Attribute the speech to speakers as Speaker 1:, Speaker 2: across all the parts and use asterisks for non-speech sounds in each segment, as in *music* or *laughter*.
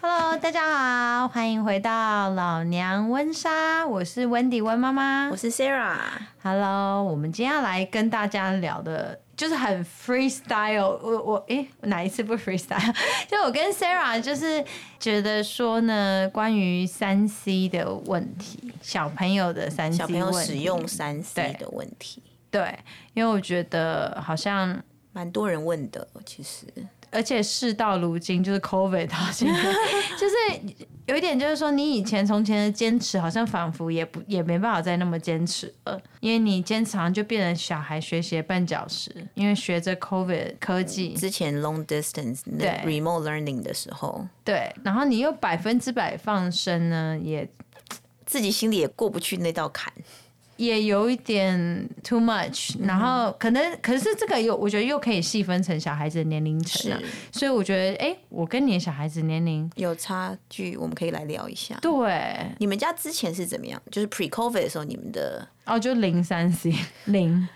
Speaker 1: 大家好，欢迎回到老娘温莎，我是温迪温妈妈
Speaker 2: 我。是 Sarah，
Speaker 1: Hello，我们今天要来跟大家聊的，就是很 freestyle 我。我诶，哪一次不 freestyle？就 *laughs* 我跟 Sarah 就是觉得说呢，关于三 C 的问题，小朋友的三 C
Speaker 2: 小朋友
Speaker 1: 问题
Speaker 2: 使用三 C
Speaker 1: 对
Speaker 2: 的问题，
Speaker 1: 对，因为我觉得好像。
Speaker 2: 蛮多人问的。其实
Speaker 1: 而且事到如今， *laughs* 就是 COVID 到现在， *laughs* 就是有一点就是说，你以前从前的坚持，好像仿佛也不也没办法再那么坚持了，因为你坚持好像就变成小孩学习的绊脚石，因为学着 COVID 科技，
Speaker 2: 之前 long distance 那
Speaker 1: 对
Speaker 2: remote learning 的时候，
Speaker 1: 对，然后你又百分之百放生呢，也
Speaker 2: 自己心里也过不去那道坎。
Speaker 1: 也有一点 too much，然后可能可是这个又我觉得又可以细分成小孩子的年龄层啊，所以我觉得，哎、我跟你的小孩子年龄，
Speaker 2: 有差距，我们可以来聊一下。
Speaker 1: 对，
Speaker 2: 你们家之前是怎么样？就是 pre COVID 的时候，你们的
Speaker 1: 哦，就零三 C 零。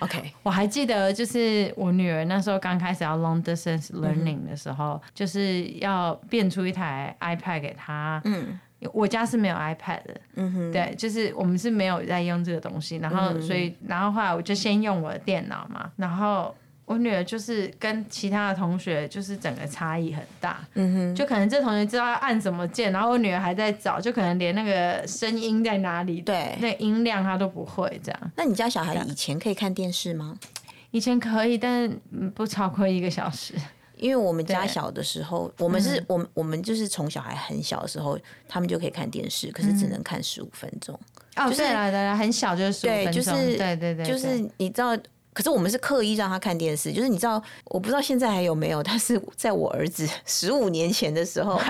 Speaker 2: OK
Speaker 1: 我还记得，就是我女儿那时候刚开始要 long distance learning 的时候，就是要变出一台 iPad 给她。嗯，我家是没有 iPad 的。嗯哼，嗯对，就是我们是没有在用这个东西，然后、所以，然后后来我就先用我的电脑嘛，然后。我女儿就是跟其他的同学，就是整个差异很大。嗯哼，就可能这同学知道要按什么键，然后我女儿还在找，就可能连那个声音在哪里，
Speaker 2: 对。
Speaker 1: 那个音量她都不会这样。
Speaker 2: 那你家小孩以前可以看电视吗？
Speaker 1: 以前可以，但嗯不超过一个小时。
Speaker 2: 因为我们家
Speaker 1: 对嗯
Speaker 2: 小的时候，我们是、我们我们就是从小孩很小的时候，他们就可以看电视，可是只
Speaker 1: 嗯
Speaker 2: 能看十五分钟。
Speaker 1: 哦，
Speaker 2: 就是
Speaker 1: 对啦对啦，很小就是十五
Speaker 2: 对
Speaker 1: 分钟，
Speaker 2: 就是
Speaker 1: 对对对，
Speaker 2: 就是
Speaker 1: 对
Speaker 2: 你知道，可是我们是刻意让他看电视，就是你知道，我不知道现在还有没有，但是在我儿子 *laughs* 十五年前的时
Speaker 1: *laughs*
Speaker 2: 候，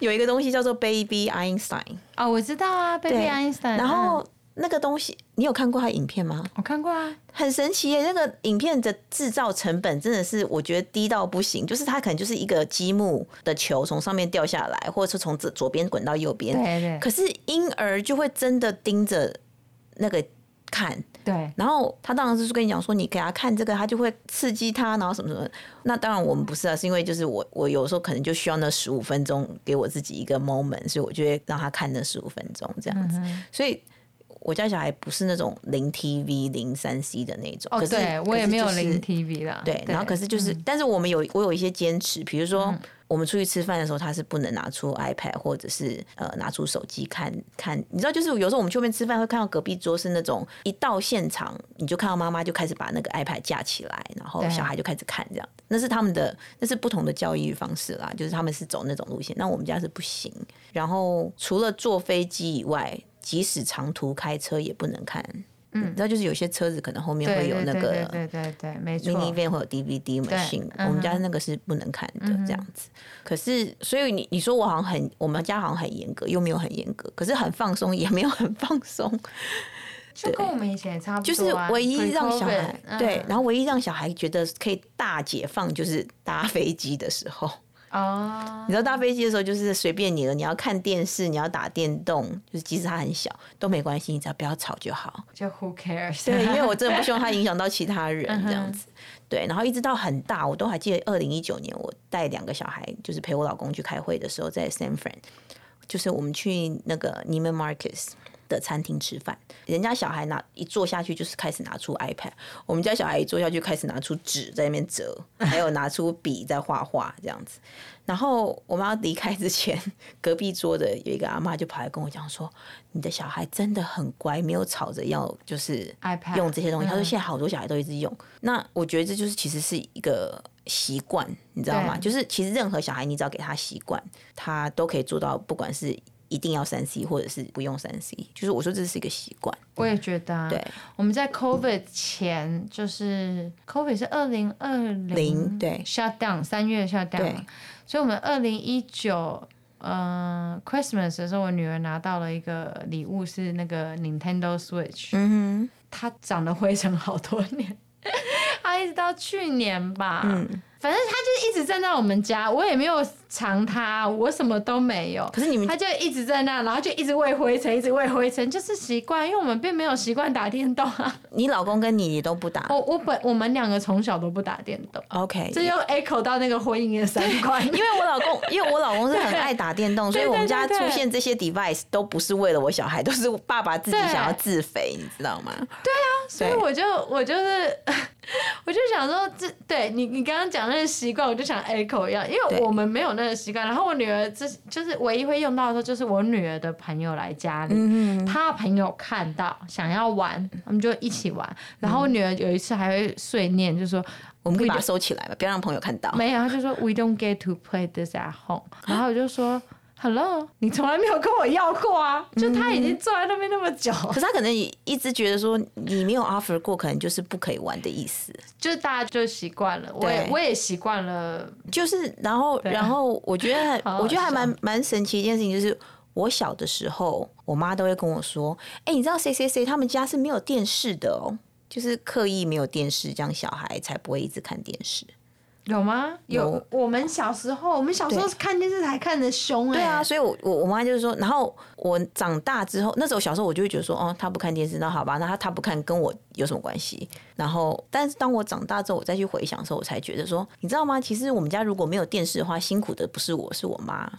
Speaker 2: 有一个东西叫做 Baby Einstein，
Speaker 1: 哦，我知道啊，Baby
Speaker 2: 对
Speaker 1: Einstein。
Speaker 2: 然
Speaker 1: 嗯
Speaker 2: 后那个东西你有看过他影片吗？
Speaker 1: 我看过啊，
Speaker 2: 很神奇耶！那个影片的制造成本真的是我觉得低到不行，就是它可能就是一个积木的球从上面掉下来，或者是从左左边滚到右边，
Speaker 1: 对对
Speaker 2: 嗯可是婴儿就会真的盯着那个看，
Speaker 1: 对，
Speaker 2: 然后他当然就是跟你讲说，你给他看这个，他就会刺激他，然后什么什么。那当然我们不是啊，是因为就是我我有时候可能就需要那十五分钟给我自己一个 moment，所以我就会让他看那十五分钟这
Speaker 1: 嗯
Speaker 2: 样子。所以我家小孩不是那种零 TV 零三 C 的那种，
Speaker 1: 哦，
Speaker 2: 可是
Speaker 1: 对我也没有零。
Speaker 2: 可是就是
Speaker 1: TV 啦。
Speaker 2: 对，然后可是就是，
Speaker 1: 嗯
Speaker 2: 但是我们有我有一些坚持，比如说我们出去吃饭的时候，他是不能拿出 iPad 或者是呃拿出手机看看。你知道，就是有时候我们去外面吃饭会看到隔壁桌是那种一到现场你就看到妈妈就开始把那个 iPad 架起来，然后
Speaker 1: 对
Speaker 2: 小孩就开始看这样。那是他们的，那是不同的教育方式啦，就是他们是走那种路线，那我们家是不行。然后除了坐飞机以外，即使长途开车也不能看。嗯，你知道，就是有些车子可能后面
Speaker 1: 对
Speaker 2: 会有
Speaker 1: 嗯对
Speaker 2: 那
Speaker 1: 对
Speaker 2: 个
Speaker 1: 对对对对，没错。
Speaker 2: mini van 会有 DVD
Speaker 1: 对
Speaker 2: machine，
Speaker 1: 嗯哼嗯
Speaker 2: 我们家那个是不能看的这样子。可是，所以你你说我好像很，我们家好像很严格，又没有很严格，可是很放松，也没有很放
Speaker 1: *laughs*
Speaker 2: 松，
Speaker 1: 啊就跟我们以前也差不
Speaker 2: 就是
Speaker 1: 多啊，
Speaker 2: 唯一让小孩
Speaker 1: pre-COVID，嗯
Speaker 2: 对，然后唯一让小孩觉得可以大解放，就是搭飞机的时候。 *laughs*
Speaker 1: 哦
Speaker 2: 你，知道搭飞机的时候就是随便你了，你要看电视，你要打电动，就是即使他很小都没关系，你只要不要吵就好。
Speaker 1: 就 Who cares？ *laughs*
Speaker 2: 对，因为我真的不希望它影响到其他人这样子。对，然后一直到很大，我都还记得二零一九年，我带两个小孩，就是陪我老公去开会的时候，在 San Fran，就是我们去那个 Neiman Marcus 的餐厅吃饭，人家小孩拿一坐下去就是开始拿出 iPad，我们家小孩一坐下去开始拿出纸在那边折，还有拿出笔在画画这样子。然后我妈离开之前，隔壁桌的有一个阿妈就跑来跟我讲说：“你的小孩真的很乖，没有吵着要就是
Speaker 1: iPad
Speaker 2: 用这些东西。”她说：“
Speaker 1: 嗯
Speaker 2: 现在好多小孩都一直用。”那我觉得这就是其实是一个习惯，你知道吗？
Speaker 1: 对
Speaker 2: 就是其实任何小孩，你只要给他习惯，他都可以做到，不管是一定要三 C 或者是不用三 C。就是我说这是一个习惯，
Speaker 1: 我也觉得、啊，
Speaker 2: 对，
Speaker 1: 我们在 COVID 前就是 COVID 是二零二
Speaker 2: 零对
Speaker 1: shut down 三月 shut down，嘛所以我们二零一九呃 Christmas 的时候，我女儿拿到了一个礼物是那个 Nintendo Switch，嗯哼，它长了灰尘好多年， *laughs*
Speaker 2: 嗯
Speaker 1: 它一直到去年吧，反正它就一直站在我们家，我也没有藏它，我什么都没有。
Speaker 2: 可是你们
Speaker 1: 它就一直在那，然后就一直喂灰尘，一直喂灰尘，就是习惯，因为我们并没有习惯打电动啊。
Speaker 2: 你老公跟你你都不打
Speaker 1: *laughs* 我我本我们两个从小都不打电动，
Speaker 2: ，OK？
Speaker 1: 这又 echo 到那个婚姻的三 *laughs* 观，因
Speaker 2: 因为我老公，因为我老公是很爱打电动，所以我们
Speaker 1: *laughs*
Speaker 2: 家
Speaker 1: 对对对
Speaker 2: 出现这些 device 都不是为了我小孩，都是爸爸自己
Speaker 1: 对
Speaker 2: 想要自肥，你知道吗？
Speaker 1: 所以我就我就是， *laughs* 我就想说，这对你你刚刚讲那个习惯，我就想 echo 一样，因
Speaker 2: 对
Speaker 1: 为我们没有那个习惯。然后我女儿这就是唯一会用到的时候，就是我女儿的朋友来家里，她的朋友看到想要玩，我们就一起玩。然后我女儿有一次还会碎念，就说
Speaker 2: 我们可以把它收起来吧，不要让朋友看到。
Speaker 1: *laughs* 没有，她就说 We don't get to play this at home。然 *laughs* 后我就说 Hello，你从来没有跟我要过啊，
Speaker 2: 嗯
Speaker 1: 就她已经坐在那边那么久， *laughs*
Speaker 2: 可是他可能也一直觉得说你没有 offer 过，可能就是不可以玩的意思。
Speaker 1: 就是大家就习惯了，我也
Speaker 2: 对
Speaker 1: 我也习惯了。
Speaker 2: 就是，然后，
Speaker 1: 啊
Speaker 2: 然后，我觉得
Speaker 1: 好 *laughs*
Speaker 2: 还，
Speaker 1: 好
Speaker 2: 我觉得还
Speaker 1: 笑
Speaker 2: 蛮蛮神奇一件事情，就是我小的时候，我妈都会跟我说：“哎、你知道谁谁谁他们家是没有电视的哦，就是刻意没有电视，这样小孩才不会一直看电视。
Speaker 1: 有吗？有。我们小时候，我们小时候
Speaker 2: 对
Speaker 1: 看电视台看的凶哎、
Speaker 2: 对啊，所以我我我妈就是说，然后我长大之后，那时候小时候我就会觉得说，哦，她不看电视，那好吧，那她她不看跟我有什么关系？然后，但是当我长大之后，我再去回想的时候，我才觉得说，你知道吗？其实我们家如果没有电视的话，辛苦的不是我，是我妈。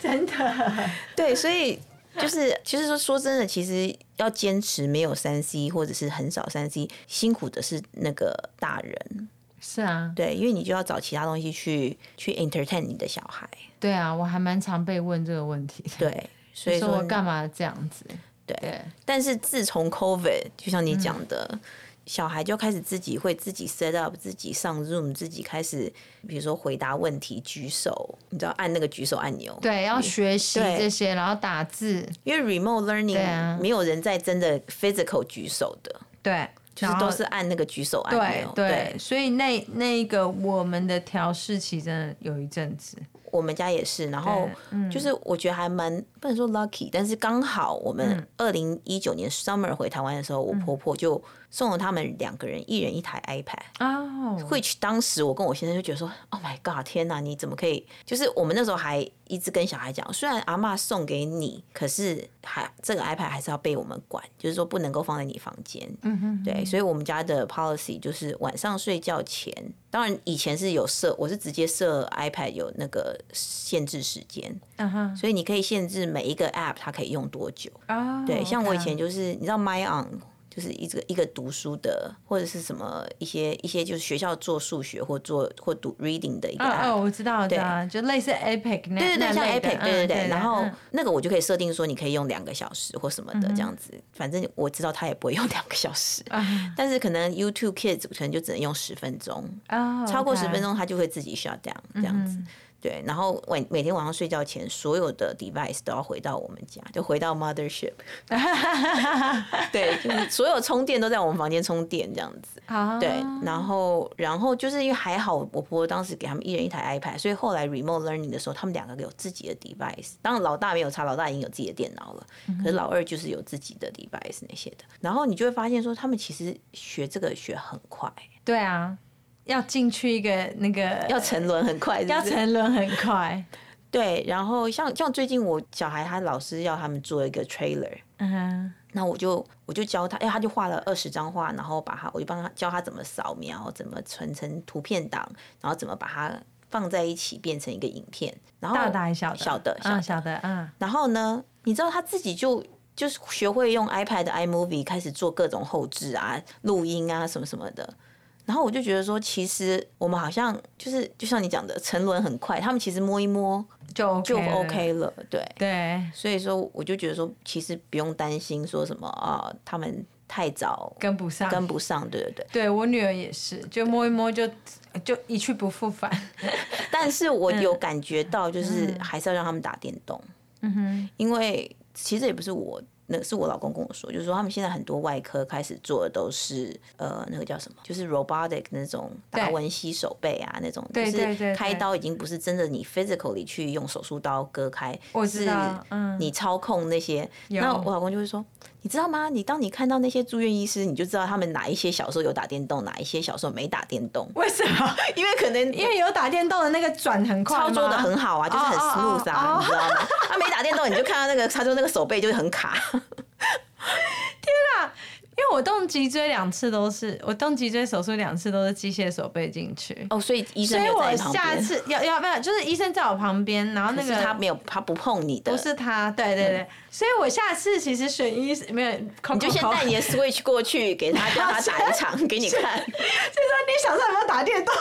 Speaker 1: 真的。 *laughs*
Speaker 2: 对，所以 *laughs* 就是，其实说说真的，其实要坚持没有三 C 或者是很少三 C，辛苦的是那个大人，
Speaker 1: 是啊，
Speaker 2: 对，因为你就要找其他东西去去 entertain 你的小孩，
Speaker 1: 对啊，我还蛮常被问这个问题，
Speaker 2: 对，所以
Speaker 1: 说
Speaker 2: 说
Speaker 1: 我干嘛这样子？
Speaker 2: 对
Speaker 1: 对
Speaker 2: 但是自从 COVID，就
Speaker 1: 嗯
Speaker 2: 像你讲的。小孩就开始自己会自己 set up，自己上 Zoom，自己开始，比如说回答问题、举手，你知道按那个举手按钮，
Speaker 1: 对，要学习
Speaker 2: 对
Speaker 1: 这些，然后打字，
Speaker 2: 因为 remote
Speaker 1: 啊
Speaker 2: learning 没有人在真的 physical 举手的，
Speaker 1: 对，
Speaker 2: 就是
Speaker 1: 然后
Speaker 2: 都是按那个举手按
Speaker 1: 哎对
Speaker 2: 钮。
Speaker 1: 对，所以那那个我们的调试期真的有一阵子，
Speaker 2: 我们家也是。然后
Speaker 1: 对嗯
Speaker 2: 就是我觉得还蛮不能说 lucky，但是刚好我
Speaker 1: 嗯
Speaker 2: 们二零一九年 summer 回台湾的时候，我婆婆就送了他们两个人一人一台 iPad。
Speaker 1: 哦，
Speaker 2: which 当时我跟我先生就觉得说，Oh my god，天哪，你怎么可以？就是我们那时候还一直跟小孩讲，虽然阿嬷送给你，可是还这个 iPad 还是要被我们管，就是说不能够放在你房间。嗯哼，对，所以我们家的 policy 就是晚上睡觉前，当然以前是有设，我是直接设 iPad 有那个限制时间，
Speaker 1: 嗯哼，
Speaker 2: 所以你可以限制每一个 app 它可以用多久。
Speaker 1: 哦，
Speaker 2: 对，像我以
Speaker 1: OK
Speaker 2: 前就是，你知道 My On 就是一个一个读书的，或者是什么一些一些就是学校做数学或做或读 reading 的一个
Speaker 1: 哦
Speaker 2: app。
Speaker 1: 哦，我知道，我知道，就类似 APEC 那
Speaker 2: 对对对，
Speaker 1: 那
Speaker 2: 像
Speaker 1: 类
Speaker 2: a
Speaker 1: 的
Speaker 2: p e c
Speaker 1: 嗯
Speaker 2: 对对对，然后
Speaker 1: 嗯
Speaker 2: 那个我就可以设定说你可以用两个小时或什么的这样子，反正我知道他也不会用两个小时，
Speaker 1: 嗯
Speaker 2: 但是可能 YouTube Kids 可能就只能用十分钟，
Speaker 1: 哦
Speaker 2: 超过
Speaker 1: OK 嗯
Speaker 2: 十分钟，它就会自己 shut down 这样子。对，然后晚每天晚上睡觉前，所有的 device 都要回到我们家，就回到
Speaker 1: *laughs*
Speaker 2: mothership。对，就是所有充电都在我们房间充电这样子。
Speaker 1: 啊，
Speaker 2: 对，然后然后就是因为还好，我婆婆当时给他们一人一台 iPad，所以后来 remote learning 的时候，他们两个有自己的 device。当然老大没有差，老大已经有自己的电脑了，
Speaker 1: 嗯
Speaker 2: 可是老二就是有自己的 device 那些的。然后你就会发现说，他们其实学这个学很快，
Speaker 1: 对啊，要进去一个那个
Speaker 2: 要沉沦很快是不是
Speaker 1: 要沉沦很快。
Speaker 2: 对，然后像像最近我小孩他老师要他们做一个 trailer，
Speaker 1: 嗯，
Speaker 2: 那我就我就教他，哎，他就画了二十张画，然后把他我就帮他教他怎么扫描，怎么存成图片档，然后怎么把它放在一起变成一个影片，然后
Speaker 1: 大的还是小的？
Speaker 2: 哦小的小
Speaker 1: 嗯，
Speaker 2: 的
Speaker 1: 小的，嗯，
Speaker 2: 然后呢，你知道他自己就就是学会用 iPad、iMovie 开始做各种后置啊、录音啊什么什么的。然后我就觉得说，其实我们好像就是就像你讲的，沉沦很快，他们其实摸一摸
Speaker 1: 就 OK
Speaker 2: 就
Speaker 1: 了
Speaker 2: OK 了，对。
Speaker 1: 对，
Speaker 2: 所以说，我就觉得说，其实不用担心说什么啊，他们太早
Speaker 1: 跟不上。
Speaker 2: 跟不上，对对对。
Speaker 1: 对我女儿也是，就摸一摸就就一去不复返。
Speaker 2: 但是我
Speaker 1: 嗯
Speaker 2: 有感觉到，就是还是要让他们打电动，嗯哼，因为其实也不是我。那是我老公跟我说，就是说他们现在很多外科开始做的都是呃那个叫什么，就是 robotic 那种达文西手背啊那种，就
Speaker 1: 对对对
Speaker 2: 是
Speaker 1: 对
Speaker 2: 开刀已经不是真的你 physically 去用手术刀割开，
Speaker 1: 我知道
Speaker 2: 是
Speaker 1: 嗯
Speaker 2: 你操控那些。那我老公就会说，你知道吗？你当你看到那些住院医师，你就知道他们哪一些小时候有打电动，哪一些小时候没打电动，
Speaker 1: 为什么？
Speaker 2: 因为可能
Speaker 1: 因为有打电动的那个转很快吗，
Speaker 2: 操作的很好啊，就是很
Speaker 1: 哦哦哦
Speaker 2: smooth 啊，
Speaker 1: 哦
Speaker 2: 你知道吗？他没打电动，你就看到那个他就那个手背就会很卡，
Speaker 1: 因为我动脊椎两次都是，我动脊椎手术两次都是机械手背进去，
Speaker 2: *laughs* 哦，所以医
Speaker 1: 所
Speaker 2: 生
Speaker 1: 以
Speaker 2: 没有在
Speaker 1: 我
Speaker 2: 你旁
Speaker 1: 下
Speaker 2: 边，
Speaker 1: 次要要不要就是医生在我旁边，然后那
Speaker 2: 可是
Speaker 1: 个
Speaker 2: 他没有他不碰你的，
Speaker 1: 不是他，对对对，所以我下次其实选医没有，你
Speaker 2: *laughs* 你就先
Speaker 1: *laughs*
Speaker 2: 带你的 Switch 过去给他，叫他打一场给你看。
Speaker 1: 就说你小时候有没有打电动？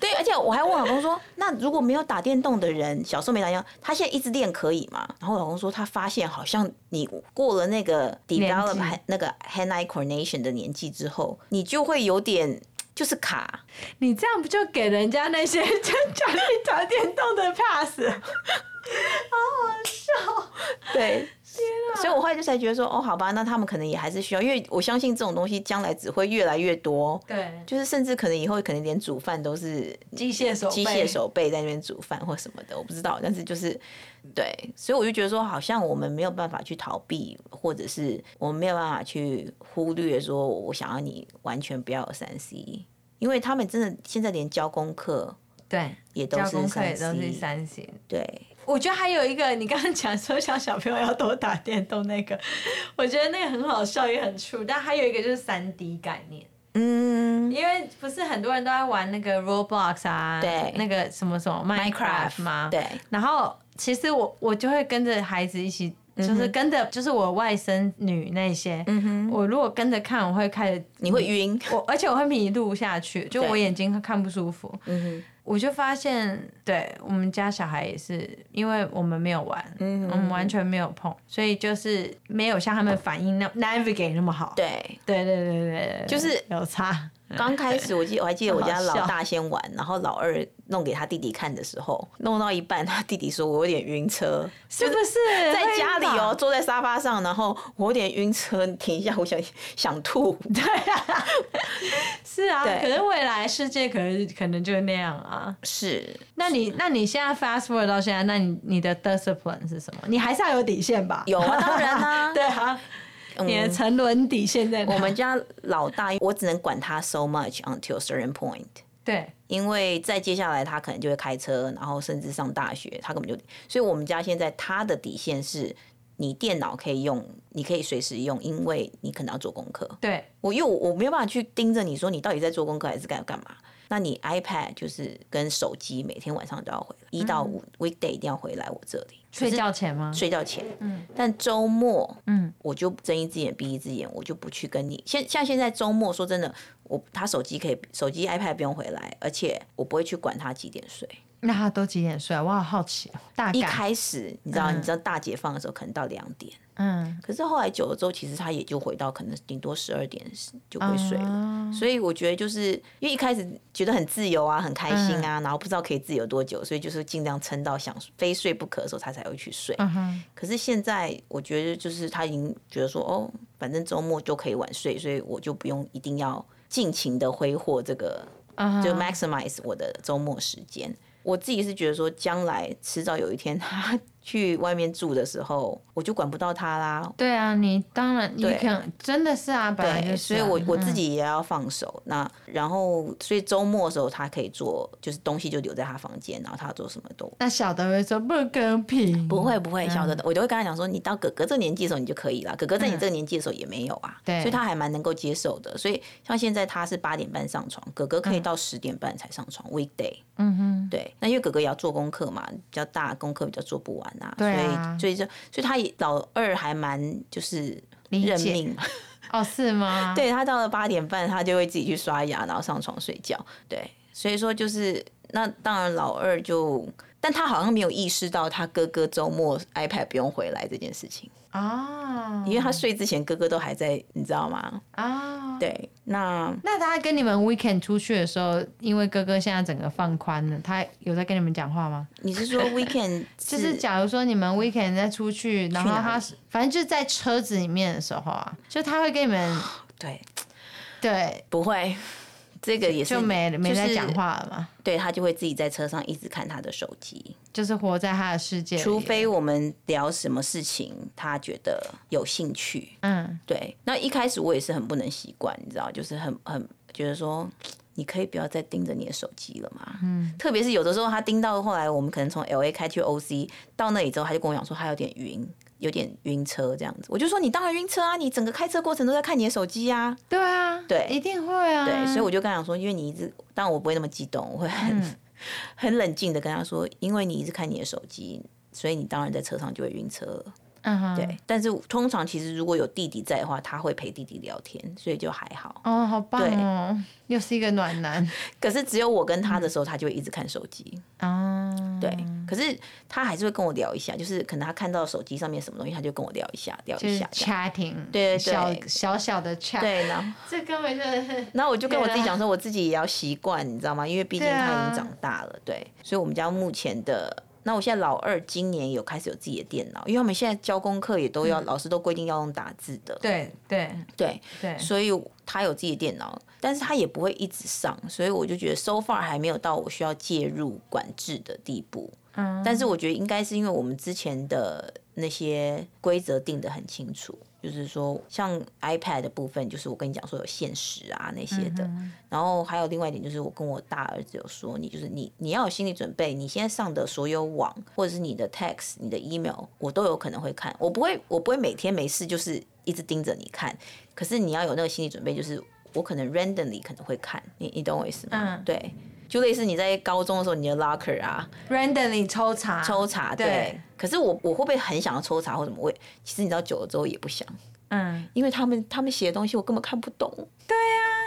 Speaker 2: 对，而且我还问我老公说，那如果没有打电动的人，小时候没打电动，他现在一直练可以吗？然后我老公说，他发现好像你过了那个
Speaker 1: 纪
Speaker 2: develop hand- 那个 hand eye coordination 的年纪之后，你就会有点就是卡。
Speaker 1: 你这样不就给人家那些就讲你打电动的 pass？
Speaker 2: 对，
Speaker 1: 啊
Speaker 2: 所以我后来就才觉得说，哦，好吧，那他们可能也还是需要，因为我相信这种东西将来只会越来越多。
Speaker 1: 对，
Speaker 2: 就是甚至可能以后可能连煮饭都是
Speaker 1: 机械手
Speaker 2: 机
Speaker 1: 背
Speaker 2: 械手背在那边煮饭或什么的，我不知道。但是就是对，所以我就觉得说，好像我们没有办法去逃避，或者是我们没有办法去忽略说，我想要你完全不要有三 C，因为他们真的现在连教功课
Speaker 1: 对，
Speaker 2: 也都
Speaker 1: 教
Speaker 2: 是
Speaker 1: 功课也
Speaker 2: 三
Speaker 1: 都是
Speaker 2: C，
Speaker 1: 三型。
Speaker 2: 对。
Speaker 1: 我觉得还有一个，你刚刚讲说像小朋友要多打电动那个， *laughs* 我觉得那个很好笑也很 true。但还有一个就是三 D 概念，
Speaker 2: 嗯，
Speaker 1: 因为不是很多人都在玩那个 Roblox 啊，
Speaker 2: 对
Speaker 1: 那个什么什么 Minecraft 吗？
Speaker 2: 对，
Speaker 1: 然后其实我我就会跟着孩子一起，
Speaker 2: 嗯
Speaker 1: 就是跟着、就是我外甥女那些，我如果跟着看，我会开始
Speaker 2: 你会晕，
Speaker 1: *laughs* 我而且我会迷路下去，就我眼睛看不舒服。
Speaker 2: 嗯
Speaker 1: 我就发现，对我们家小孩也是，因为我们没有玩，
Speaker 2: 嗯
Speaker 1: 我们完全没有碰，所以就是没有像他们反应那 navigate 那么好。
Speaker 2: 对，
Speaker 1: 对对对对对对，
Speaker 2: 就是
Speaker 1: 有差。
Speaker 2: 刚开始我记我还记得我家
Speaker 1: 好笑
Speaker 2: 老大先玩，然后老二弄给他弟弟看的时候，弄到一半，他弟弟说我有点晕车，
Speaker 1: 是不是
Speaker 2: 在家里哦，？坐在沙发上，然后我有点晕车，停一下，我想想
Speaker 1: *laughs*
Speaker 2: 吐。
Speaker 1: 啊是啊，
Speaker 2: 对
Speaker 1: 可是未来世界可能可能就那样啊。
Speaker 2: 是，
Speaker 1: 那你那你现在 fast forward 到现在，那你你的 discipline 是什么？你还是要有底线吧？
Speaker 2: 有啊当然啊
Speaker 1: *laughs*
Speaker 2: 嗯
Speaker 1: 对啊，你的沉沦底线在哪？
Speaker 2: 我们家老大，我只能管他 so much until certain point。
Speaker 1: 对
Speaker 2: 因为再接下来他可能就会开车，然后甚至上大学，他根本就，所以我们家现在他的底线是，你电脑可以用，你可以随时用，因为你可能要做功课。
Speaker 1: 对
Speaker 2: 我因为我我没有办法去盯着你说你到底在做功课还是干干嘛。那你 iPad 就是跟手机每天晚上都要回来，一到五 weekday 一定要回来我这里
Speaker 1: 睡觉前吗？
Speaker 2: 睡觉前。嗯，但周末，嗯，我就睁一只眼闭一只眼，我就不去跟你。现像现在周末，说真的，我他手机可以，手机 iPad 不用回来，而且我不会去管他几点睡。
Speaker 1: 那他都几点睡啊？我好好奇哦。大
Speaker 2: 一
Speaker 1: 概
Speaker 2: 开始你知道，你知道大解放的时候可能到两点，
Speaker 1: 嗯，
Speaker 2: 可是后来久了之后，其实他也就回到可能顶多十二点就会睡
Speaker 1: 嗯
Speaker 2: 了。所以我觉得就是因为一开始觉得很自由啊，很开心啊，然后不知道可以自由多久，所以就是尽量撑到想非睡不可的时候，他才会去睡。
Speaker 1: 嗯哼，
Speaker 2: 可是现在我觉得就是他已经觉得说，哦，反正周末就可以晚睡，所以我就不用一定要尽情的挥霍这个，
Speaker 1: 啊
Speaker 2: 就
Speaker 1: 嗯
Speaker 2: maximize 我的周末时间。我自己是觉得说，将来迟早有一天他 *laughs* 去外面住的时候，我就管不到他啦，
Speaker 1: 对啊，你当然你
Speaker 2: 对
Speaker 1: 可能真的是啊，本来就是啊、
Speaker 2: 对，嗯所以我我自己也要放手。那然后，所以周末的时候，他可以做，就是东西就留在他房间，然后他做什么都嗯
Speaker 1: 那小的会说不公平，
Speaker 2: 不会不会，小的我都会跟他讲说，你到哥哥这个年纪的时候你就可以了，哥哥在你这个年纪的时候也没有啊，
Speaker 1: 对
Speaker 2: 所以他还蛮能够接受的。所以像现在他是八点半上床，哥哥可以到十点半才上床，weekday。
Speaker 1: 嗯哼，
Speaker 2: 对，那因为哥哥也要做功课嘛，比较大，功课比较做不完啊，
Speaker 1: 对啊
Speaker 2: 所以所以就所以他也老二还蛮就是
Speaker 1: 理
Speaker 2: 认
Speaker 1: 解
Speaker 2: 命。
Speaker 1: 哦，是吗？
Speaker 2: 对他到了八点半，他就会自己去刷牙，然后上床睡觉。对，所以说就是那当然老二就，但他好像没有意识到他哥哥周末 iPad 不用回来这件事情，
Speaker 1: 啊
Speaker 2: 因为他睡之前哥哥都还在，你知道吗？
Speaker 1: 啊。
Speaker 2: 对，那
Speaker 1: 那他跟你们 weekend 出去的时候，因为哥哥现在整个放宽了，他有在跟你们讲话吗？
Speaker 2: 你是说
Speaker 1: *laughs*
Speaker 2: weekend
Speaker 1: 就是是假如说你
Speaker 2: 嗯
Speaker 1: 们 weekend 再出去，然后他反正就是在车
Speaker 2: 哦
Speaker 1: 子里面的时候啊，就他会跟你们
Speaker 2: 对
Speaker 1: 对
Speaker 2: 不会？这个也是
Speaker 1: 就没没在讲，话了嘛，
Speaker 2: 就是对他就会自己在车上一直看他的手机，
Speaker 1: 就是活在他的世界里。
Speaker 2: 除非我们聊什么事情他觉得有兴趣，
Speaker 1: 嗯，
Speaker 2: 对，那一开始我也是很不能习惯，你知道，就是很很觉得说，你可以不要再盯着你的手机了嘛。嗯，特别是有的时候他盯到后来，我们可能从 L A 开去 O C 到那里之后，他就跟我讲说他有点晕，有点晕车这样子。我就说你当然晕车啊，你整个开车过程都在看你的手机啊。
Speaker 1: 对啊，
Speaker 2: 对
Speaker 1: 一定会啊，
Speaker 2: 对，所以我就跟他讲说，因为你一直，当然我不会那么激动，我会很、很冷静的跟他说，因为你一直看你的手机，所以你当然在车上就会晕车了。
Speaker 1: 嗯哼，
Speaker 2: 对，但是通常其实如果有弟弟在的话，他会陪弟弟聊天，所以就还好。
Speaker 1: 哦，好棒哦，又是一个暖男
Speaker 2: 可是只有我跟他的时候，他就会一直看手机。
Speaker 1: 啊，
Speaker 2: 对，可是他还是会跟我聊一下，就是可能他看到手机上面什么东西，他就跟我聊一下，聊
Speaker 1: 就
Speaker 2: 一
Speaker 1: 是
Speaker 2: 下这样。
Speaker 1: chatting，
Speaker 2: 对对对
Speaker 1: 小小小的 chat，，
Speaker 2: 对，然后
Speaker 1: 这根本就是
Speaker 2: 然后我就跟我自己
Speaker 1: 对啊
Speaker 2: 讲说，我自己也要习惯，你知道吗？因为毕竟
Speaker 1: 对啊
Speaker 2: 他已经长大了，对，所以我们家目前的。那我现在老二今年有开始有自己的电脑，因为他们现在教功课也都
Speaker 1: 嗯
Speaker 2: 要，老师都规定要用打字的，
Speaker 1: 对对
Speaker 2: 对，
Speaker 1: 对，
Speaker 2: 所以他有自己的电脑，但是他也不会一直上，所以我就觉得 so far 还没有到我需要介入管制的地步。
Speaker 1: 嗯，
Speaker 2: 但是我觉得应该是因为我们之前的那些规则定得很清楚，就是说像 iPad 的部分，就是我跟你讲说有限时啊那些的，然后还有另外一点就是我跟我大儿子有说，你就是你你要有心理准备，你现在上的所有网或者是你的 text、你的 email，我都有可能会看，我不会我不会每天没事就是一直盯着你看，可是你要有那个心理准备，就是我可能 randomly 可能会看，你你懂我意思吗？
Speaker 1: 嗯
Speaker 2: 对。就类似你在高中的时候，你的 locker 啊，
Speaker 1: randomly 抽查
Speaker 2: 抽查，对。
Speaker 1: 对
Speaker 2: 可是我我会不会很想要抽查或什么？我也其实你知道，久了之后也不想，
Speaker 1: 嗯，
Speaker 2: 因为他们他们写的东西我根本看不懂，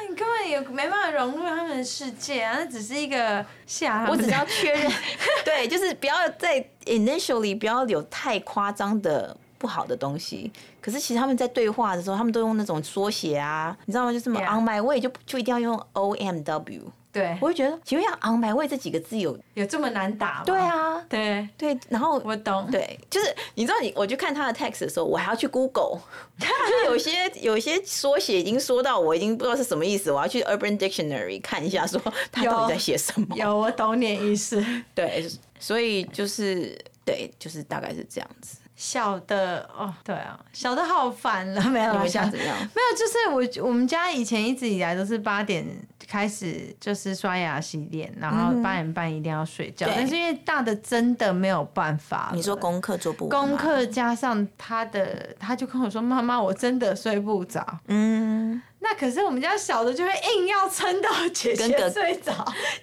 Speaker 1: 你根本也没办法融入他们的世界啊，那只是一个下，
Speaker 2: 我只是要确认。 *laughs* 对，就是不要在 initially 不要有太夸张的。不好的东西，可是其实他们在对话的时候，他们都用那种缩写啊，你知道吗？就什么
Speaker 1: Yeah
Speaker 2: on my way 就就一定要用 O M W，
Speaker 1: *laughs* 对
Speaker 2: 我，会觉得，请问要 on my way 这几个字有
Speaker 1: 有这么难打吗？
Speaker 2: 对，啊，
Speaker 1: 对，
Speaker 2: 对，然后
Speaker 1: 我懂，
Speaker 2: 对，就是你知道你，我去看他的 text 的时候，我还要去 Google，就 *laughs* 有些有些缩写已经说到我已经不知道是什么意思，我要去 Urban Dictionary 看一下，
Speaker 1: *laughs*
Speaker 2: 说他
Speaker 1: 有
Speaker 2: 到底在写什么。
Speaker 1: 有哦我懂你的意思。
Speaker 2: 对，所以就是对，就是大概是这样子。
Speaker 1: 小的哦，对啊，小的好烦
Speaker 2: *laughs*
Speaker 1: 了，没有
Speaker 2: 你
Speaker 1: 啦
Speaker 2: 们
Speaker 1: 小
Speaker 2: 想
Speaker 1: 的
Speaker 2: 怎么样？
Speaker 1: 没有，就是我我们家以前一直以来都是八点开始，就是刷牙洗脸，然后八点半一定要睡觉。
Speaker 2: 嗯对
Speaker 1: 但是因为大的真的没有办法了，
Speaker 2: 你说功课做不完
Speaker 1: 功，
Speaker 2: 吗
Speaker 1: 课加上他的，他就跟我说：“妈妈，我真的睡不着。
Speaker 2: 嗯，”
Speaker 1: 那可是我们家小的就会硬要撑到姐
Speaker 2: 跟哥
Speaker 1: 姐睡着，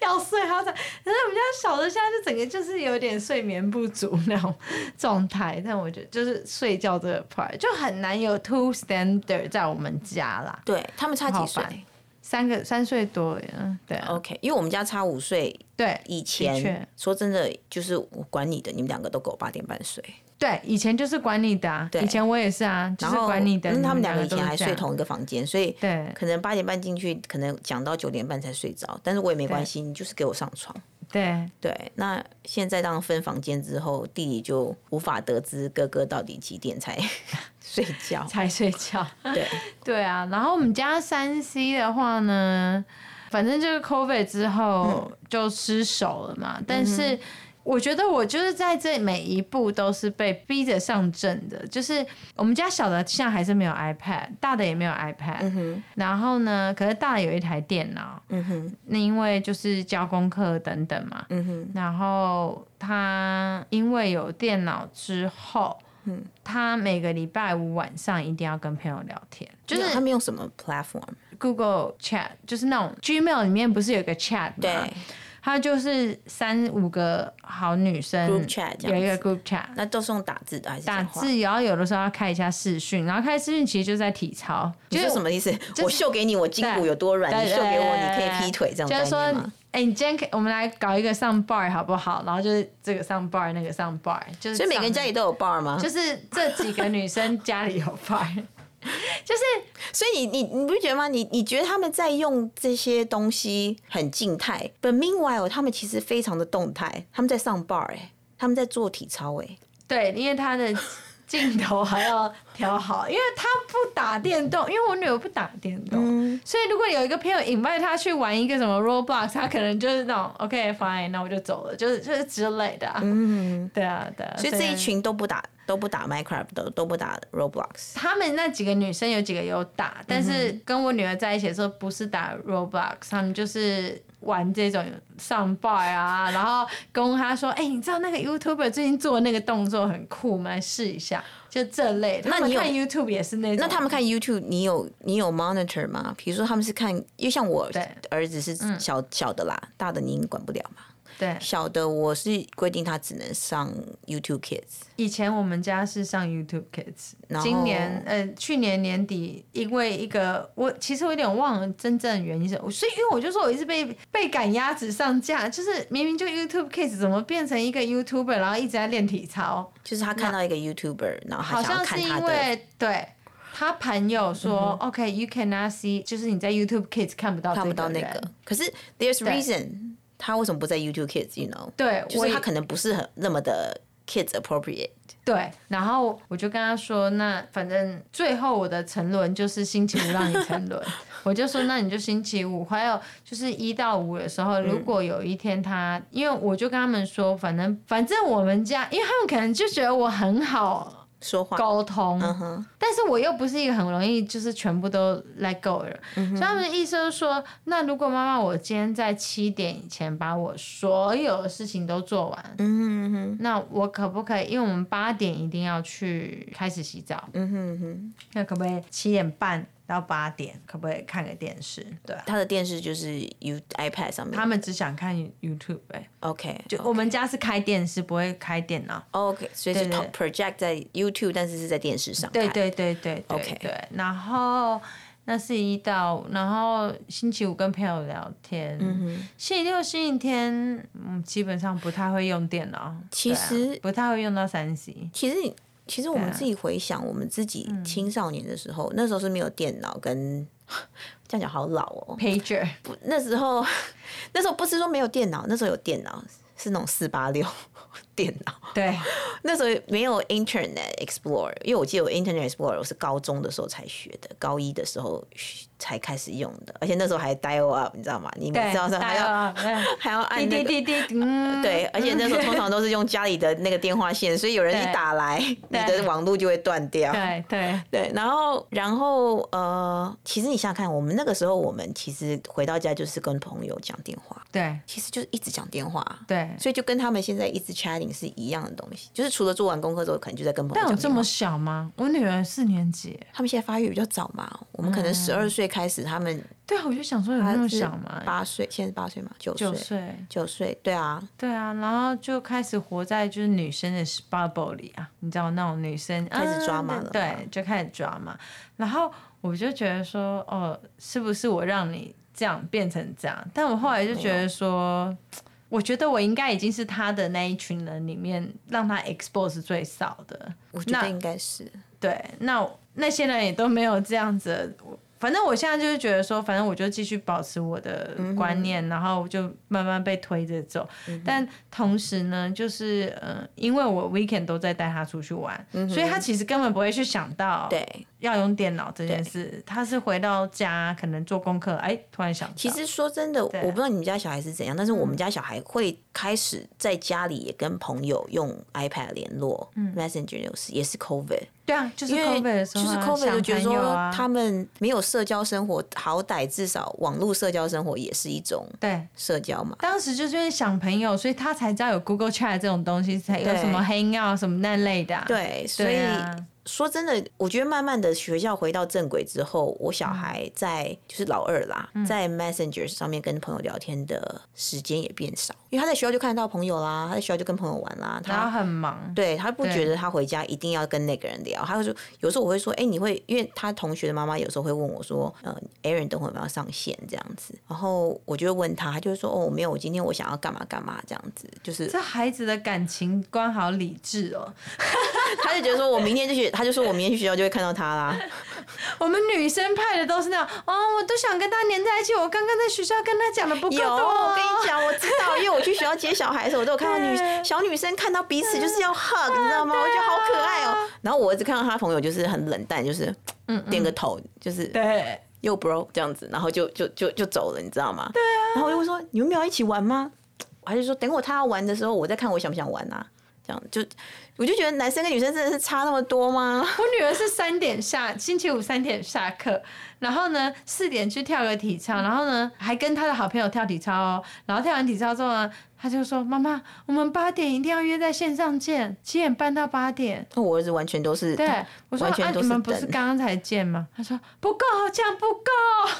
Speaker 1: 要睡他才。可是我们家小的现在就整个就是有点睡眠不足那种状态。但我觉得就是睡觉这个 part 就很难有 two standard 在我们家啦。
Speaker 2: 对他们差几
Speaker 1: 好
Speaker 2: 岁
Speaker 1: 烦三个三岁多而已，嗯，对啊、
Speaker 2: ？OK，因为我们家差五岁。
Speaker 1: 对，
Speaker 2: 以
Speaker 1: 的确
Speaker 2: 前说真的，就是我管你的，你们两个都给我八点半睡，
Speaker 1: 对，以前就是管你的、啊，
Speaker 2: 对
Speaker 1: 以前我也是啊，就
Speaker 2: 然
Speaker 1: 是
Speaker 2: 后
Speaker 1: 管你的，
Speaker 2: 因为他们两个
Speaker 1: 个
Speaker 2: 以
Speaker 1: 都
Speaker 2: 前
Speaker 1: 是
Speaker 2: 还
Speaker 1: 这
Speaker 2: 睡
Speaker 1: 样，
Speaker 2: 同一个房间，所以
Speaker 1: 对
Speaker 2: 可能八点半进去，可能讲到九点半才睡着，但是我也没关系，你就是给我上床。
Speaker 1: 对，
Speaker 2: 对，那现在当分房间之后，弟弟就无法得知哥哥到底几点才 *laughs* 睡觉。
Speaker 1: 才睡觉，
Speaker 2: 对，
Speaker 1: *laughs* 对啊。然后我们家三 C 的话呢，反正就是 COVID 之后就失手了嘛，但是。我觉得我就是在这每一步都是被逼着上阵的，就是我们家小的现在还是没有 iPad，大的也没有 iPad，、然后呢，可是大的有一台电脑，
Speaker 2: 嗯哼，
Speaker 1: 那因为就是教功课等等嘛，
Speaker 2: 嗯哼，
Speaker 1: 然后他因为有电脑之后，
Speaker 2: 嗯
Speaker 1: 他每个礼拜五晚上一定要跟朋友聊天，就
Speaker 2: 他
Speaker 1: 是
Speaker 2: 们用什么 platform？
Speaker 1: Google Chat，就是那种 Gmail 里面不是有个 Chat 吗？
Speaker 2: 对，
Speaker 1: 他就是三五个好女生
Speaker 2: Group chat 这样子
Speaker 1: 有一个 Group Chat，
Speaker 2: 那都是用打字的还是
Speaker 1: 打
Speaker 2: 讲话？
Speaker 1: 字，然后有的时候要开一下视讯，然后开视讯其实就在体操，
Speaker 2: 你
Speaker 1: 就
Speaker 2: 说
Speaker 1: 是
Speaker 2: 什么意思？我秀给你我筋骨有多软，
Speaker 1: 对
Speaker 2: 你秀给我你可
Speaker 1: 对
Speaker 2: 以劈腿这种
Speaker 1: 就
Speaker 2: 概
Speaker 1: 是说
Speaker 2: 念吗？，
Speaker 1: 哎、你今天可以我们来搞一个上 bar 好不好？然后就是这个上 bar，那个上 bar，就是
Speaker 2: 所以每个人
Speaker 1: 上
Speaker 2: 家里都有 bar 吗？
Speaker 1: 就是这几个女生家里有 bar，就是
Speaker 2: 所以你你你不觉得吗？你你觉得他们在用这些东西很静态，but meanwhile 他们其实欸非常的动态，他们在上 bar 哎、他们在做体操哎、
Speaker 1: 对，因为她的镜头还要调好，因为他不打电动，因为我女儿不打电动，
Speaker 2: 嗯
Speaker 1: 所以如果有一个朋友引外她去玩一个什么 Roblox，她可能就是那种 OK fine，那我就走了，就是就是之类的、啊。嗯，对啊，对啊。
Speaker 2: 所以这一群都不打都不打 Minecraft，都都不打 Roblox。
Speaker 1: 他们那几个女生有几个有
Speaker 2: 嗯
Speaker 1: 打，但是跟我女儿在一起的时候不是打 Roblox，他们就是玩这种上 bar
Speaker 2: *laughs*
Speaker 1: 啊，然后跟她说：“哎、你知道那个 YouTuber 最近做的那个动作很酷吗？试一下。”就这类，
Speaker 2: 那
Speaker 1: 他们
Speaker 2: 你有
Speaker 1: 看 YouTube 也是那种。
Speaker 2: 那他们看 YouTube，你有你有 monitor 吗？比如说他们是看，因为像我
Speaker 1: 对嗯
Speaker 2: 儿子是小、小的啦，大的您管不了嘛。
Speaker 1: 对
Speaker 2: 小的我是规定他只能上 YouTube Kids，
Speaker 1: 以前我们家是上 YouTube Kids，
Speaker 2: 然后
Speaker 1: 今年呃去年年底，因为一个我其实我有点忘了真正的原因是，我所以因为我就说我一直被被赶鸭子上架，就是明明就 YouTube Kids 怎么变成一个 YouTuber，然后一直在练体操，
Speaker 2: 就是他看到一个 YouTuber，然后
Speaker 1: 好
Speaker 2: 他想要
Speaker 1: 像
Speaker 2: 看
Speaker 1: 是
Speaker 2: 他
Speaker 1: 因
Speaker 2: 的，嗯
Speaker 1: 为对。他朋友说、o k you cannot see，就是你在 YouTube Kids 看不到
Speaker 2: 看不到
Speaker 1: 这
Speaker 2: 那个
Speaker 1: 人。
Speaker 2: 可是 there's
Speaker 1: 对
Speaker 2: reason，他为什么不在 YouTube Kids？You know，
Speaker 1: 对，
Speaker 2: 就
Speaker 1: 我
Speaker 2: 是
Speaker 1: 也
Speaker 2: 他可能不是很那么的 kids appropriate。
Speaker 1: 对，然后我就跟他说，那反正最后我的沉沦就是星期五让你沉
Speaker 2: *laughs*
Speaker 1: 沦，我就说那你就星期五，还有就是一到五的时候，如
Speaker 2: 嗯
Speaker 1: 果有一天他，因为我就跟他们说，反正反正我们家，因为他们可能就觉得我很好
Speaker 2: 说话，
Speaker 1: 沟通，
Speaker 2: 嗯哼，
Speaker 1: 但是我又不是一个很容易就是全部都 let go 的人，
Speaker 2: 嗯
Speaker 1: 所以他们的意思就是说，那如果妈妈我今天在七点以前把我所有的事情都做完，嗯哼那我可不可以？因为我们八点一定要去开始洗澡，嗯哼哼，那可不可以七点半到八点，可不可以看个电视？对、啊，
Speaker 2: 他的电视就是 U iPad 上面。
Speaker 1: 他们只想看 YouTube，、欸、
Speaker 2: OK，哦
Speaker 1: 就我们家是开电视，不会开电脑。
Speaker 2: OK，所以是
Speaker 1: 对对
Speaker 2: project 在 YouTube，但是是在电视上看。
Speaker 1: 对啊对对对对
Speaker 2: OK
Speaker 1: 对。然后那是一到五，然后星期五跟朋友聊天，星期六、星期天，嗯，基本上不太会用电脑，
Speaker 2: 其
Speaker 1: 对啊
Speaker 2: 实
Speaker 1: 不太会用到三 *laughs* C。
Speaker 2: 其实你其实我们自己回想我们自己
Speaker 1: 啊
Speaker 2: 青少年的时候，那时候是没有电脑
Speaker 1: *laughs*
Speaker 2: 跟。这样讲好老哦，
Speaker 1: Pager
Speaker 2: 不，那时候 *laughs* 那时候不是说没有电脑，那时候有电脑，是那种四八六电脑。
Speaker 1: 对，
Speaker 2: *laughs* 那时候没有 Internet Explorer，因为我记得我 Internet Explorer 我是高中的时候才学的，高一的时候学才开始用的，而且那时候还 dial up，你知道吗？你每
Speaker 1: 啊对，
Speaker 2: 次要上还要
Speaker 1: 大家
Speaker 2: *laughs* 还要按
Speaker 1: 滴
Speaker 2: 那
Speaker 1: 滴
Speaker 2: 个。
Speaker 1: 滴
Speaker 2: *laughs*
Speaker 1: 滴，嗯，
Speaker 2: 对，而且那时候通常都是用家里的那个电话线，所以有人一
Speaker 1: 对
Speaker 2: 打来，你
Speaker 1: 对
Speaker 2: 的网络就会断掉。
Speaker 1: 对对
Speaker 2: 对，然后，然后，呃，其实你想想看，我们那个时候，我们其实回到家就是跟朋友讲电话，
Speaker 1: 对
Speaker 2: 其实就是一直讲电话，
Speaker 1: 对。
Speaker 2: 所以就跟他们现在一直 chatting 是一样的东西，就是除了做完功课之后，可能就在跟朋友
Speaker 1: 但
Speaker 2: 讲
Speaker 1: 有
Speaker 2: 电话。
Speaker 1: 这么小吗？我女儿四年级，
Speaker 2: 他们现在发育比较早嘛，我们可能十二岁开始，他们
Speaker 1: 对啊，我就想说有嗯那么小吗？
Speaker 2: 八岁，现在八岁嘛，九岁
Speaker 1: 九，岁，
Speaker 2: 九岁，对啊，
Speaker 1: 对啊，然后就开始活在就是女生的 bubble 里啊，你知道那种女生
Speaker 2: 开始
Speaker 1: 啊
Speaker 2: drama 了
Speaker 1: 对，就开始抓嘛。然后我就觉得说，哦，是不是我让你这样变成这样？但我后来就觉得说，我觉得我应该已经是他的那一群人里面让他 expose 最少的。
Speaker 2: 我觉得
Speaker 1: 那
Speaker 2: 应该是
Speaker 1: 对，那那些人也都没有这样子。我反正我现在就是觉得说，反正我就继续保持我的
Speaker 2: 嗯
Speaker 1: 观念，然后我就慢慢被推着走。但同时呢，就是呃，因为我 weekend 都在带他出去玩，所以他其实根本不会去想到
Speaker 2: 嗯对。
Speaker 1: 要用电脑这件事。他是回到家可能做功课，哎，突然想到，
Speaker 2: 其实说真的，我不知道你们家小孩是怎样，但是
Speaker 1: 嗯
Speaker 2: 我们家小孩会开始在家里也跟朋友用 iPad 联络、m e s s e n g e r 也是也是 COVID，
Speaker 1: 对啊，就是
Speaker 2: 因为
Speaker 1: 嗯 COVID 的时
Speaker 2: 就
Speaker 1: 候
Speaker 2: 是
Speaker 1: 啊，
Speaker 2: COVID 就觉得
Speaker 1: 想朋友
Speaker 2: 说
Speaker 1: 啊，
Speaker 2: 他们没有社交生活，好歹至少网络社交生活也是一种
Speaker 1: 对。
Speaker 2: 社交嘛。
Speaker 1: 当时就是因为想朋友，所以他才知道有 Google Chat 这种东西，才有
Speaker 2: 对
Speaker 1: 什么 Hangout 什么那类的、啊。
Speaker 2: 对，所以
Speaker 1: 对啊，
Speaker 2: 说真的，我觉得慢慢的学校回到正轨之后，我小
Speaker 1: 嗯
Speaker 2: 孩在、就是老二啦，在 Messenger 上面跟朋友聊天的时间也变少，因为他在学校就看得到朋友啦，他在学校就跟朋友玩啦，
Speaker 1: 然后
Speaker 2: 他。
Speaker 1: 很忙，
Speaker 2: 对他不觉得他回家一定要跟那个人聊，他会说有时候我会说，哎、你会因为他同学的妈妈有时候会问我说，嗯、a a r o n 等会我们要上线这样子，然后我就会问他，他就会说，哦，没有，我今天我想要干嘛干嘛这样子，就是
Speaker 1: 这孩子的感情观好理智哦。
Speaker 2: 他就觉得说我明天就去，他就说我明天去学校就会看到他啦。
Speaker 1: 我们女生派的都是那样哦，我都想跟他黏在一起。我刚刚在学校跟他讲的不够
Speaker 2: *laughs* 有，
Speaker 1: 多、
Speaker 2: 我
Speaker 1: 哦，
Speaker 2: 跟你讲，我知道，因为我去学校接小孩的时候，我都有看到女小女生看到彼此就是要 hug，你知道吗？我觉得好可爱哦。然后我儿子看到他朋友就是很冷淡，就是嗯点个头，就是
Speaker 1: 对，
Speaker 2: 又 bro 这样子，然后就就就就走了，你知道吗？对啊。然后我就会说你们没有一起玩吗？我还是说等我他要玩的时候，我再看我想不想玩啊？这样就我就觉得男生跟女生真的是差那么多吗？
Speaker 1: 我女儿是三点下，星期五三点下课，然后呢四点去跳个体操，然后呢还跟她的好朋友跳体操哦。然后跳完体操之后呢，她就说：“妈妈，我们八点一定要约在线上见，七点半到八点。
Speaker 2: 我儿子完全都是”
Speaker 1: 对，我说：“
Speaker 2: 完全
Speaker 1: 啊，
Speaker 2: 都
Speaker 1: 你
Speaker 2: 是
Speaker 1: 们不
Speaker 2: 等
Speaker 1: 是刚刚才见吗？”她说：“不够，这样不够。”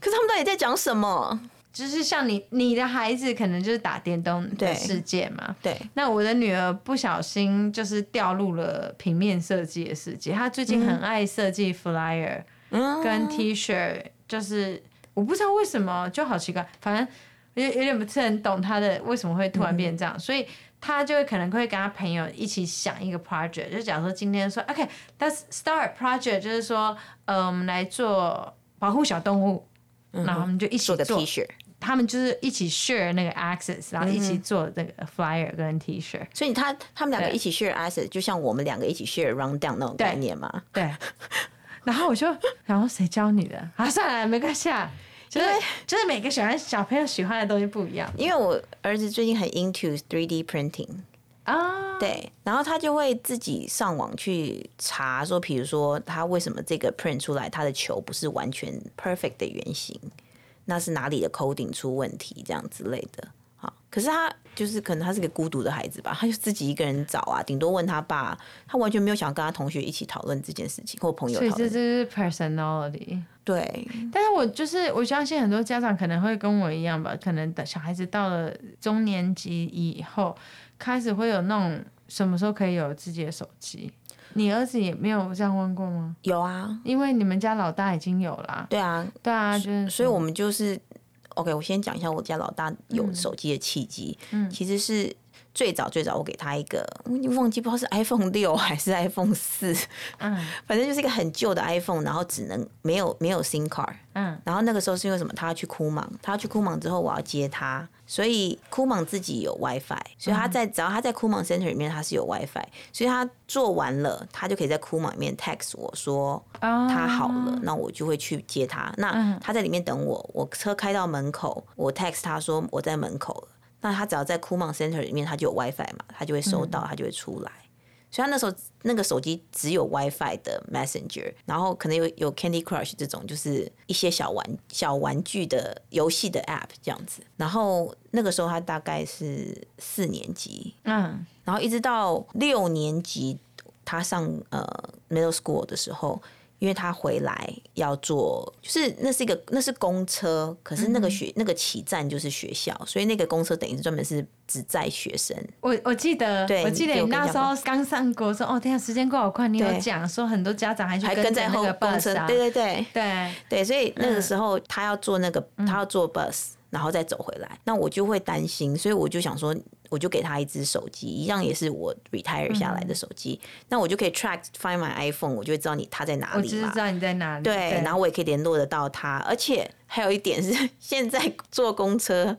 Speaker 2: 可是他们到底在讲什么？
Speaker 1: 就是像你，你的孩子可能就是打电动
Speaker 2: 对
Speaker 1: 的世界嘛。
Speaker 2: 对，
Speaker 1: 那我的女儿不小心就是掉入了平面设计的世界，她最近很爱设计 flyer，、
Speaker 2: 嗯，
Speaker 1: 跟 T 恤，就是我不知道为什么，就好奇怪，反正有有点不是很懂他的为什么会突然变这
Speaker 2: 嗯
Speaker 1: 样，所以他就会可能会跟他朋友一起想一个 project，就假如说今天说 OK，let's、start project，就是说，呃，我们来做保护小动物，然后我们就一起
Speaker 2: 嗯做个
Speaker 1: 做
Speaker 2: T 恤。
Speaker 1: 他们就是一起 share 那个 access，然后一起做那个 flyer 跟 T 恤，
Speaker 2: 所以他他们两个
Speaker 1: 对
Speaker 2: 一起 share asset，就像我们两个一起 share round down 那种概念嘛。
Speaker 1: 对。 *laughs* 然后我就，然后谁教你的？啊，算了，没关系啊。就是就是每个喜欢小朋友喜欢的东西不一样
Speaker 2: 因为我儿子最近很 into 3D printing，
Speaker 1: 啊。
Speaker 2: 对，然后他就会自己上网去查说，比如说他为什么这个 print 出来，他的球不是完全 perfect 的原型，那是哪里的 coding 出问题，这样之类的。好，可是他就是可能他是个孤独的孩子吧，他就自己一个人找啊，顶多问他爸，他完全没有想跟他同学一起讨论这件事情或朋友
Speaker 1: 所以
Speaker 2: 讨
Speaker 1: 这
Speaker 2: 论。
Speaker 1: 就是 personality。
Speaker 2: 对，
Speaker 1: 但是我就是我相信很多家长可能会跟我一样吧，可能等小孩子到了中年级以后，开始会有那种什么时候可以有自己的手机。你儿子也没有这样问过吗？
Speaker 2: 有啊，
Speaker 1: 因为你们家老大已经有啦。
Speaker 2: 对啊，
Speaker 1: 对啊，就是
Speaker 2: 所以我们就是 OK，我先讲一下我家老大有手机的契机，嗯，其实是。最早最早，我给他一个，我已经忘记不知道是 iPhone 六 *laughs* 还是 iPhone 四，
Speaker 1: 嗯
Speaker 2: *laughs* 反正就是一个很旧的 iPhone，然后只能没有没有 SIM card。
Speaker 1: 嗯
Speaker 2: 然后那个时候是因为什么？他要去酷芒，他要去酷芒之后，我要接他，所以酷芒自己有 WiFi，所以他在只要他在酷芒 Center 里面他是有 WiFi，所以他做完了，他就可以在酷芒里面 text 我说
Speaker 1: 啊
Speaker 2: 他好了，那我就会去接他。那他在里面等我，我车开到门口，我 text 他说我在门口了。那他只要在 Kumon Center 里面，他就有 WiFi 嘛，他就会收到，他就会出来。所以他那时候那个手机只有 WiFi 的 Messenger，然后可能有有 Candy Crush 这种，就是一些小玩小玩具的游戏的 App 这样子。然后那个时候他大概是四年级，
Speaker 1: 嗯
Speaker 2: 然后一直到六年级，他上呃 middle school 的时候，因为他回来要坐，就是那是一个那是公车，可是那
Speaker 1: 嗯
Speaker 2: 个学、那个起站就是学校，所以那个公车等于是专门是只载学生。
Speaker 1: 我我记得，
Speaker 2: 对
Speaker 1: 我记得
Speaker 2: 你有
Speaker 1: 你
Speaker 2: 跟
Speaker 1: 那
Speaker 2: 讲
Speaker 1: 时候刚上国说，哦，天啊，时间过好快。你
Speaker 2: 对
Speaker 1: 有讲说很多家长还去
Speaker 2: 还跟
Speaker 1: 着
Speaker 2: 在
Speaker 1: 那
Speaker 2: 后
Speaker 1: 个
Speaker 2: 公车
Speaker 1: bus，啊，
Speaker 2: 对对对
Speaker 1: 对，
Speaker 2: 对，所以那个时候他要坐那个，
Speaker 1: 嗯
Speaker 2: 他要坐 bus，然后再走回来，那我就会担心，所以我就想说，我就给他一只手机，一样也是我 retire 下来的手机，那我就可以 track find my iPhone，我就会知道你他在哪
Speaker 1: 我
Speaker 2: 里
Speaker 1: 只是
Speaker 2: 嘛
Speaker 1: 知。道你在哪里。
Speaker 2: 对，然后我也可以联络得到他，而且还有一点是， *laughs* 现在坐公车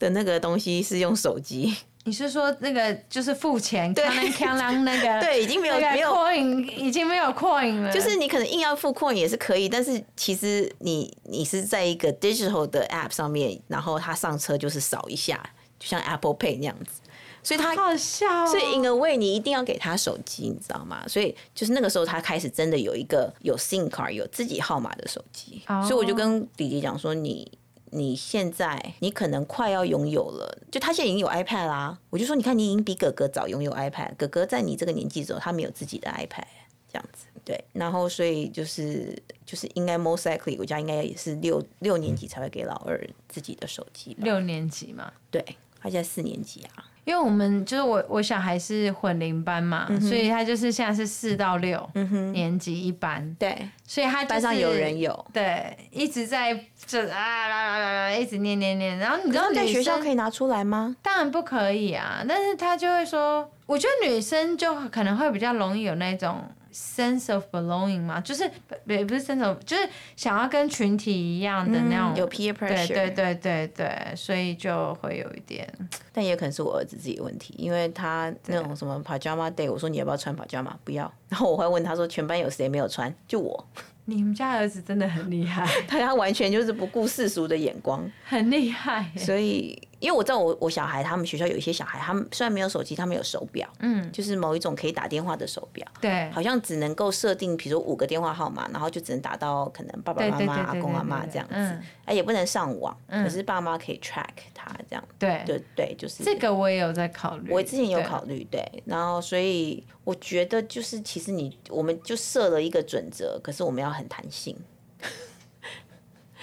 Speaker 2: 的那个东西是用手机，
Speaker 1: 你是说那个就是付钱，
Speaker 2: 对
Speaker 1: 锵啷锵啷那个，
Speaker 2: *laughs* 对，已经没有
Speaker 1: 那
Speaker 2: 没
Speaker 1: 个
Speaker 2: 有
Speaker 1: coin 已经没有 coin 了，
Speaker 2: 就是你可能硬要付款也是可以，但是其实你你是在一个 digital 的 app 上面，然后他上车就是扫一下，就像 Apple Pay 那样子，所以他。
Speaker 1: 好笑哦。
Speaker 2: 所以 in a way 你一定要给他手机，你知道吗？所以就是那个时候他开始真的有一个有 SIM card 有自己号码的手机
Speaker 1: 哦
Speaker 2: 所以我就跟弟弟讲说你。你现在你可能快要拥有了，就他现在已经有 iPad 啦。我就说，你看你已经比哥哥早拥有 iPad，哥哥在你这个年纪之后，他没有自己的 iPad，这样子。对，然后所以就是就是应该 most likely 我家应该也是六六年级才会给老二自己的手机吧。
Speaker 1: 六年级嘛，
Speaker 2: 对，他现在四年级啊。
Speaker 1: 因为我们就是我我小孩是混龄班嘛，
Speaker 2: 嗯
Speaker 1: 所以他就是现在是四到六年级一班，
Speaker 2: 对，
Speaker 1: 所以他、就是、
Speaker 2: 班上有人有，
Speaker 1: 对一直在这啊啦啦啦啦一直念念念，然后你知道
Speaker 2: 在
Speaker 1: 女
Speaker 2: 学校
Speaker 1: 生
Speaker 2: 可以拿出来吗？
Speaker 1: 当然不可以啊，但是他就会说，我觉得女生就可能会比较容易有那种 sense of belonging 嘛，就是不也不是 sense of，就是想要跟群体一样的那种。
Speaker 2: 嗯有 peer
Speaker 1: 对
Speaker 2: pressure，
Speaker 1: 对对对对，所以就会有一点，
Speaker 2: 但也可能是我儿子自己的问题，因为他那种什么 pajama day，我说你要不要穿 pajama，不要，然后我会问他说全班有谁没有穿，就我， *laughs*
Speaker 1: 你
Speaker 2: 嗯
Speaker 1: 们家儿子真的 *laughs* 很厉害，
Speaker 2: 他他完全就是不顾世俗的眼光，
Speaker 1: 很厉害耶。
Speaker 2: 所以因为我知道我我小孩他们学校有一些小孩，他们虽然没有手机，他们有手表，
Speaker 1: 嗯，
Speaker 2: 就是某一种可以打电话的手表。
Speaker 1: 对，
Speaker 2: 好像只能够设定，比如说五个电话号码，然后就只能打到可能爸爸
Speaker 1: 对
Speaker 2: 妈
Speaker 1: 对
Speaker 2: 妈、
Speaker 1: 对
Speaker 2: 阿
Speaker 1: 对
Speaker 2: 公
Speaker 1: 对
Speaker 2: 阿妈
Speaker 1: 对
Speaker 2: 这样子
Speaker 1: 嗯，
Speaker 2: 哎，也不能上网，
Speaker 1: 嗯
Speaker 2: 可是爸妈可以 track 他这样，
Speaker 1: 对，
Speaker 2: 对对，就是
Speaker 1: 这个我也有在考虑。
Speaker 2: 我之前有
Speaker 1: 对
Speaker 2: 考虑，对，然后所以我觉得就是，其实你我们就设了一个准则，可是我们要很弹性。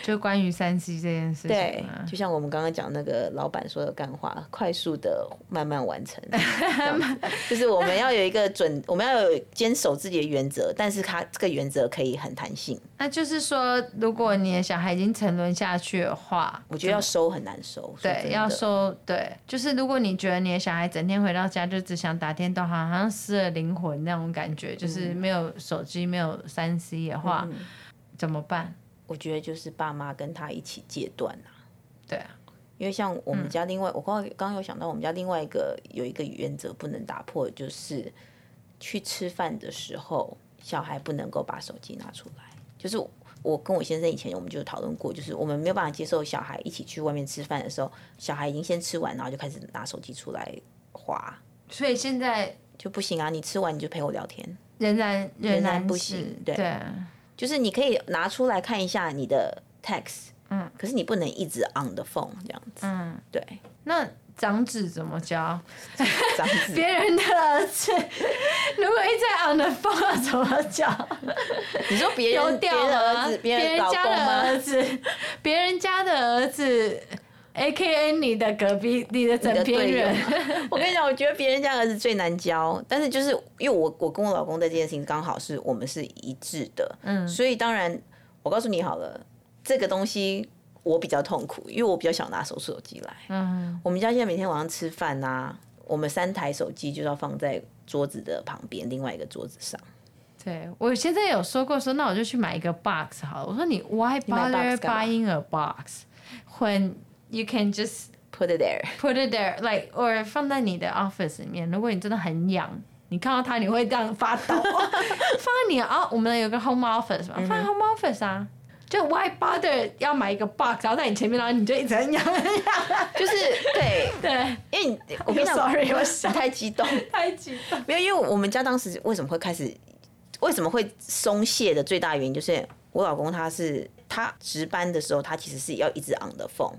Speaker 1: 就关于三 C 这件事
Speaker 2: 对
Speaker 1: 情啊嘛，
Speaker 2: 就像我们刚刚讲那个老板说的干话，快速的慢慢
Speaker 1: *laughs*
Speaker 2: 完成，这样子就是我们要有一个准，我们要有坚守自己的原则，但是它这个原则可以很弹性。
Speaker 1: 那就是说，如果你的小孩已经沉沦下去的话，
Speaker 2: 我觉得要收很难收，说真
Speaker 1: 对
Speaker 2: 的
Speaker 1: 要收对，就是如果你觉得你的小孩整天回到家就只想打电动，好像好像失了灵魂那种感觉，就是没有手机、没有三 C 的话，
Speaker 2: 嗯
Speaker 1: 怎么办？
Speaker 2: 我觉得就是爸妈跟他一起戒断啊。
Speaker 1: 对啊，嗯
Speaker 2: 因为像我们家另外，我刚刚刚有想到，我们家另外一个有一个原则不能打破，就是去吃饭的时候，小孩不能够把手机拿出来。就是我我跟我先生以前我们就讨论过，就是我们没有办法接受小孩一起去外面吃饭的时候，小孩已经先吃完，然后就开始拿手机出来划，
Speaker 1: 所以现在
Speaker 2: 就不行啊！你吃完你就陪我聊天，
Speaker 1: 仍然仍
Speaker 2: 然
Speaker 1: 然
Speaker 2: 不
Speaker 1: 是
Speaker 2: 行对
Speaker 1: 对
Speaker 2: 就是你可以拿出来看一下你的 text，嗯，可是你不能一直 on the phone 这样子，
Speaker 1: 嗯，
Speaker 2: 对，
Speaker 1: 那长子怎么教？
Speaker 2: 这样
Speaker 1: *laughs*
Speaker 2: 子。
Speaker 1: 别人的儿子， *laughs* 如果一直 on the phone 要怎么教？
Speaker 2: 你说别
Speaker 1: 丢
Speaker 2: 人别
Speaker 1: 掉
Speaker 2: 人
Speaker 1: 了
Speaker 2: 儿
Speaker 1: 啊
Speaker 2: 子、，别
Speaker 1: 别
Speaker 2: 人
Speaker 1: 人
Speaker 2: 老
Speaker 1: 家
Speaker 2: 公
Speaker 1: 的
Speaker 2: 吗？
Speaker 1: 儿子，别人家的儿子，A K A 你的隔壁，你的
Speaker 2: 你
Speaker 1: 枕
Speaker 2: 的
Speaker 1: 边
Speaker 2: 队友
Speaker 1: 人， *laughs*
Speaker 2: 吗我跟你讲，我觉得别人家儿子最难教，但是就是因为我我跟我老公在这件事情刚好是我们是一致的，嗯，所以当然我告诉你好了，这个东西我比较痛苦，因为我比较想拿手手机来。
Speaker 1: 嗯，
Speaker 2: 我们家现在每天晚上吃饭啊，我们三台手机就要放在桌子的旁边，另外一个桌子上。
Speaker 1: 对我现在有说过说，那我就去买一个 box 好了。我说你 why
Speaker 2: 买
Speaker 1: bother
Speaker 2: box 干嘛
Speaker 1: buying a box when you can just
Speaker 2: Put it there，
Speaker 1: put it there like or 放在你的 office 里面。如果你真的很痒。你看到它，你会这样发
Speaker 2: *laughs*
Speaker 1: 抖。哦放在你啊、我们有个 home office
Speaker 2: 嗯
Speaker 1: 嘛，放在 home office 啊，就 why bother 要买一个 box，然后在你前面，然后你就一直很痒，
Speaker 2: 就是 *laughs* 对，
Speaker 1: *laughs* 对，
Speaker 2: 因为你我 *laughs* 跟你讲
Speaker 1: Sorry，我
Speaker 2: 你太激动，
Speaker 1: 太激动。
Speaker 2: 没有，因为我们家当时为什么会开始，为什么会松懈的最大原因就是我老公他是他值班的时候，他其实是要一直 on the phone，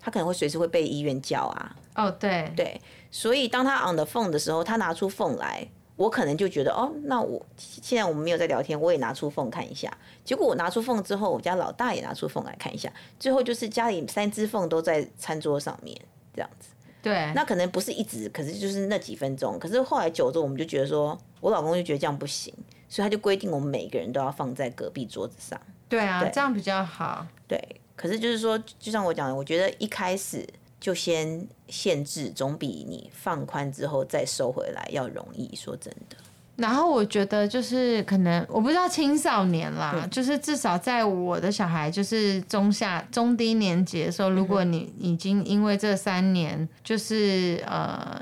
Speaker 2: 他可能会随时会被医院叫啊，
Speaker 1: 哦，对，
Speaker 2: 对，所以当他 on the phone 的时候，他拿出 phone 来，我可能就觉得哦，那我现在我们没有在聊天，我也拿出 phone 看一下。结果我拿出 phone 之后，我家老大也拿出 phone 来看一下，最后就是家里三只 phone 都在餐桌上面这样子。
Speaker 1: 对，
Speaker 2: 那可能不是一直，可是就是那几分钟。可是后来久之后，我们就觉得说，我老公就觉得这样不行，所以他就规定我们每个人都要放在隔壁桌子上。
Speaker 1: 对啊，
Speaker 2: 对
Speaker 1: 这样比较好。
Speaker 2: 对，可是就是说，就像我讲的，我觉得一开始就先限制，总比你放宽之后再收回来要容易。说真的，
Speaker 1: 然后我觉得就是可能我不知道青少年啦，
Speaker 2: 嗯
Speaker 1: 就是至少在我的小孩就是中下中低年级的时候，如果
Speaker 2: 嗯
Speaker 1: 你已经因为这三年就是呃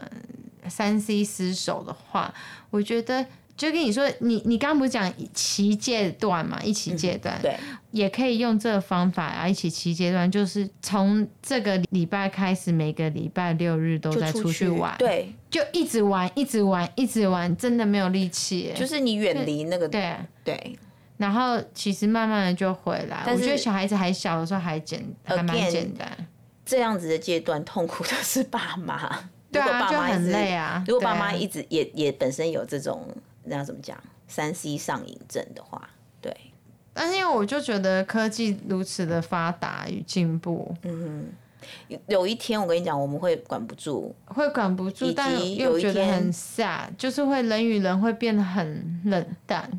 Speaker 1: 三 C 失手的话，我觉得就跟你说，你你刚刚不是讲期阶段嘛，一起阶段，
Speaker 2: 嗯对，
Speaker 1: 也可以用这个方法啊，一起七阶段，就是从这个礼拜开始，每个礼拜六日都
Speaker 2: 就
Speaker 1: 在出去
Speaker 2: 去
Speaker 1: 玩，，
Speaker 2: 对，
Speaker 1: 就一直玩，一直玩，一直玩，真的没有力气耶，
Speaker 2: 就是你远离那个，
Speaker 1: 对。
Speaker 2: 对，
Speaker 1: 然后其实慢慢的就回来，
Speaker 2: 但
Speaker 1: 我
Speaker 2: 是
Speaker 1: 觉得小孩子还小的时候还简，还蛮
Speaker 2: Again，
Speaker 1: 简单，
Speaker 2: 这样子的阶段，痛苦的是爸妈。
Speaker 1: 对
Speaker 2: 如果
Speaker 1: 啊，
Speaker 2: 爸
Speaker 1: 就
Speaker 2: 妈一
Speaker 1: 很
Speaker 2: 直
Speaker 1: 累啊。
Speaker 2: 如果爸
Speaker 1: 对啊
Speaker 2: 妈一直也也本身有这种那要怎么讲三 C 上瘾症的话，对，
Speaker 1: 但是因为我就觉得科技如此的发达与进步，
Speaker 2: 嗯有有一天我跟你讲，我们会管不住，
Speaker 1: 会管不
Speaker 2: 以
Speaker 1: 住，
Speaker 2: 及
Speaker 1: 但
Speaker 2: 有
Speaker 1: 又
Speaker 2: 一
Speaker 1: 觉得
Speaker 2: 天
Speaker 1: 很 sad，就是会人与人会变得很冷淡。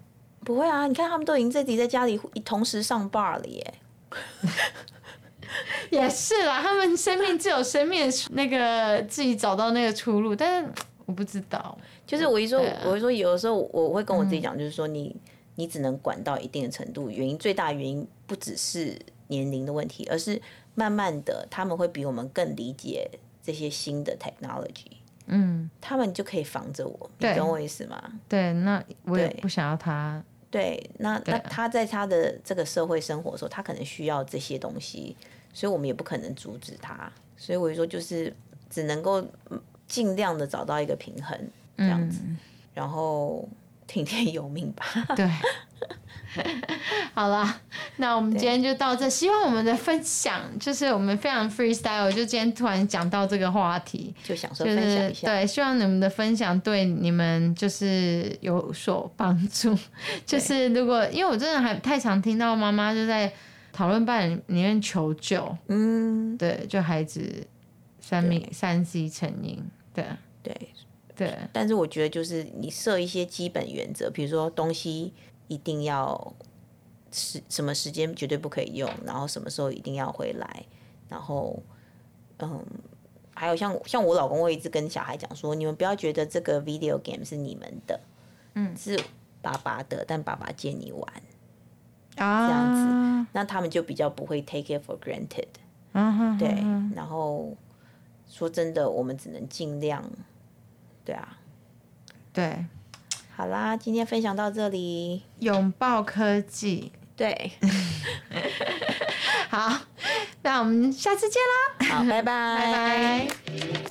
Speaker 2: 不会啊，你看他们都已经自己在家里同时上 bar 了耶，
Speaker 1: 也是啦，他们生命自有生命的出那个自己找到那个出路，但是我不知道，
Speaker 2: 就是我一说，
Speaker 1: 对啊嗯
Speaker 2: 我一说，有的时候我会跟我自己讲，就是说你、你只能管到一定的程度，原因最大原因不只是年龄的问题，而是慢慢的他们会比我们更理解这些新的 technology，
Speaker 1: 嗯，
Speaker 2: 他们就可以防着我，你
Speaker 1: 对
Speaker 2: 懂我意思吗？
Speaker 1: 对，那我也
Speaker 2: 对
Speaker 1: 不想要他，
Speaker 2: 对，那、那
Speaker 1: 啊
Speaker 2: 他在他的这个社会生活的时候，他可能需要这些东西，所以我们也不可能阻止他，所以我就说就是只能够嗯尽量的找到一个平衡，这样子。
Speaker 1: 嗯，
Speaker 2: 然后听天由命吧。
Speaker 1: *laughs* 对。好啦，那我们今天就到这。希望我们的分享就是我们非常 freestyle，就今天突然讲到这个话题，
Speaker 2: 就想说
Speaker 1: 就
Speaker 2: 分享
Speaker 1: 是
Speaker 2: 一下，
Speaker 1: 对，希望你们的分享对你们就是有所帮助。 *laughs* 就是如果因为我真的还太常听到妈妈就在讨论班里面求救，
Speaker 2: 嗯，
Speaker 1: 对，就孩子三米三 C 成瘾，对
Speaker 2: 对。
Speaker 1: 对，
Speaker 2: 但是我觉得就是你设一些基本原则，比如说东西一定要时什么时间绝对不可以用，然后什么时候一定要回来，然后嗯。还有像像我老公会一直跟小孩讲说，你们不要觉得这个 video game 是你们的，
Speaker 1: 嗯
Speaker 2: 是爸爸的，但爸爸借你玩，嗯
Speaker 1: 啊
Speaker 2: 这样子，那他们就比较不会 take it for granted。
Speaker 1: 嗯哼，
Speaker 2: 对
Speaker 1: 哼哼，
Speaker 2: 然后说真的，我们只能尽量，对啊。
Speaker 1: 对，
Speaker 2: 好啦，今天分享到这里，
Speaker 1: 拥抱科技，
Speaker 2: 对，
Speaker 1: 好，那我们下次见啦，
Speaker 2: *laughs* 好，拜拜，
Speaker 1: 拜拜。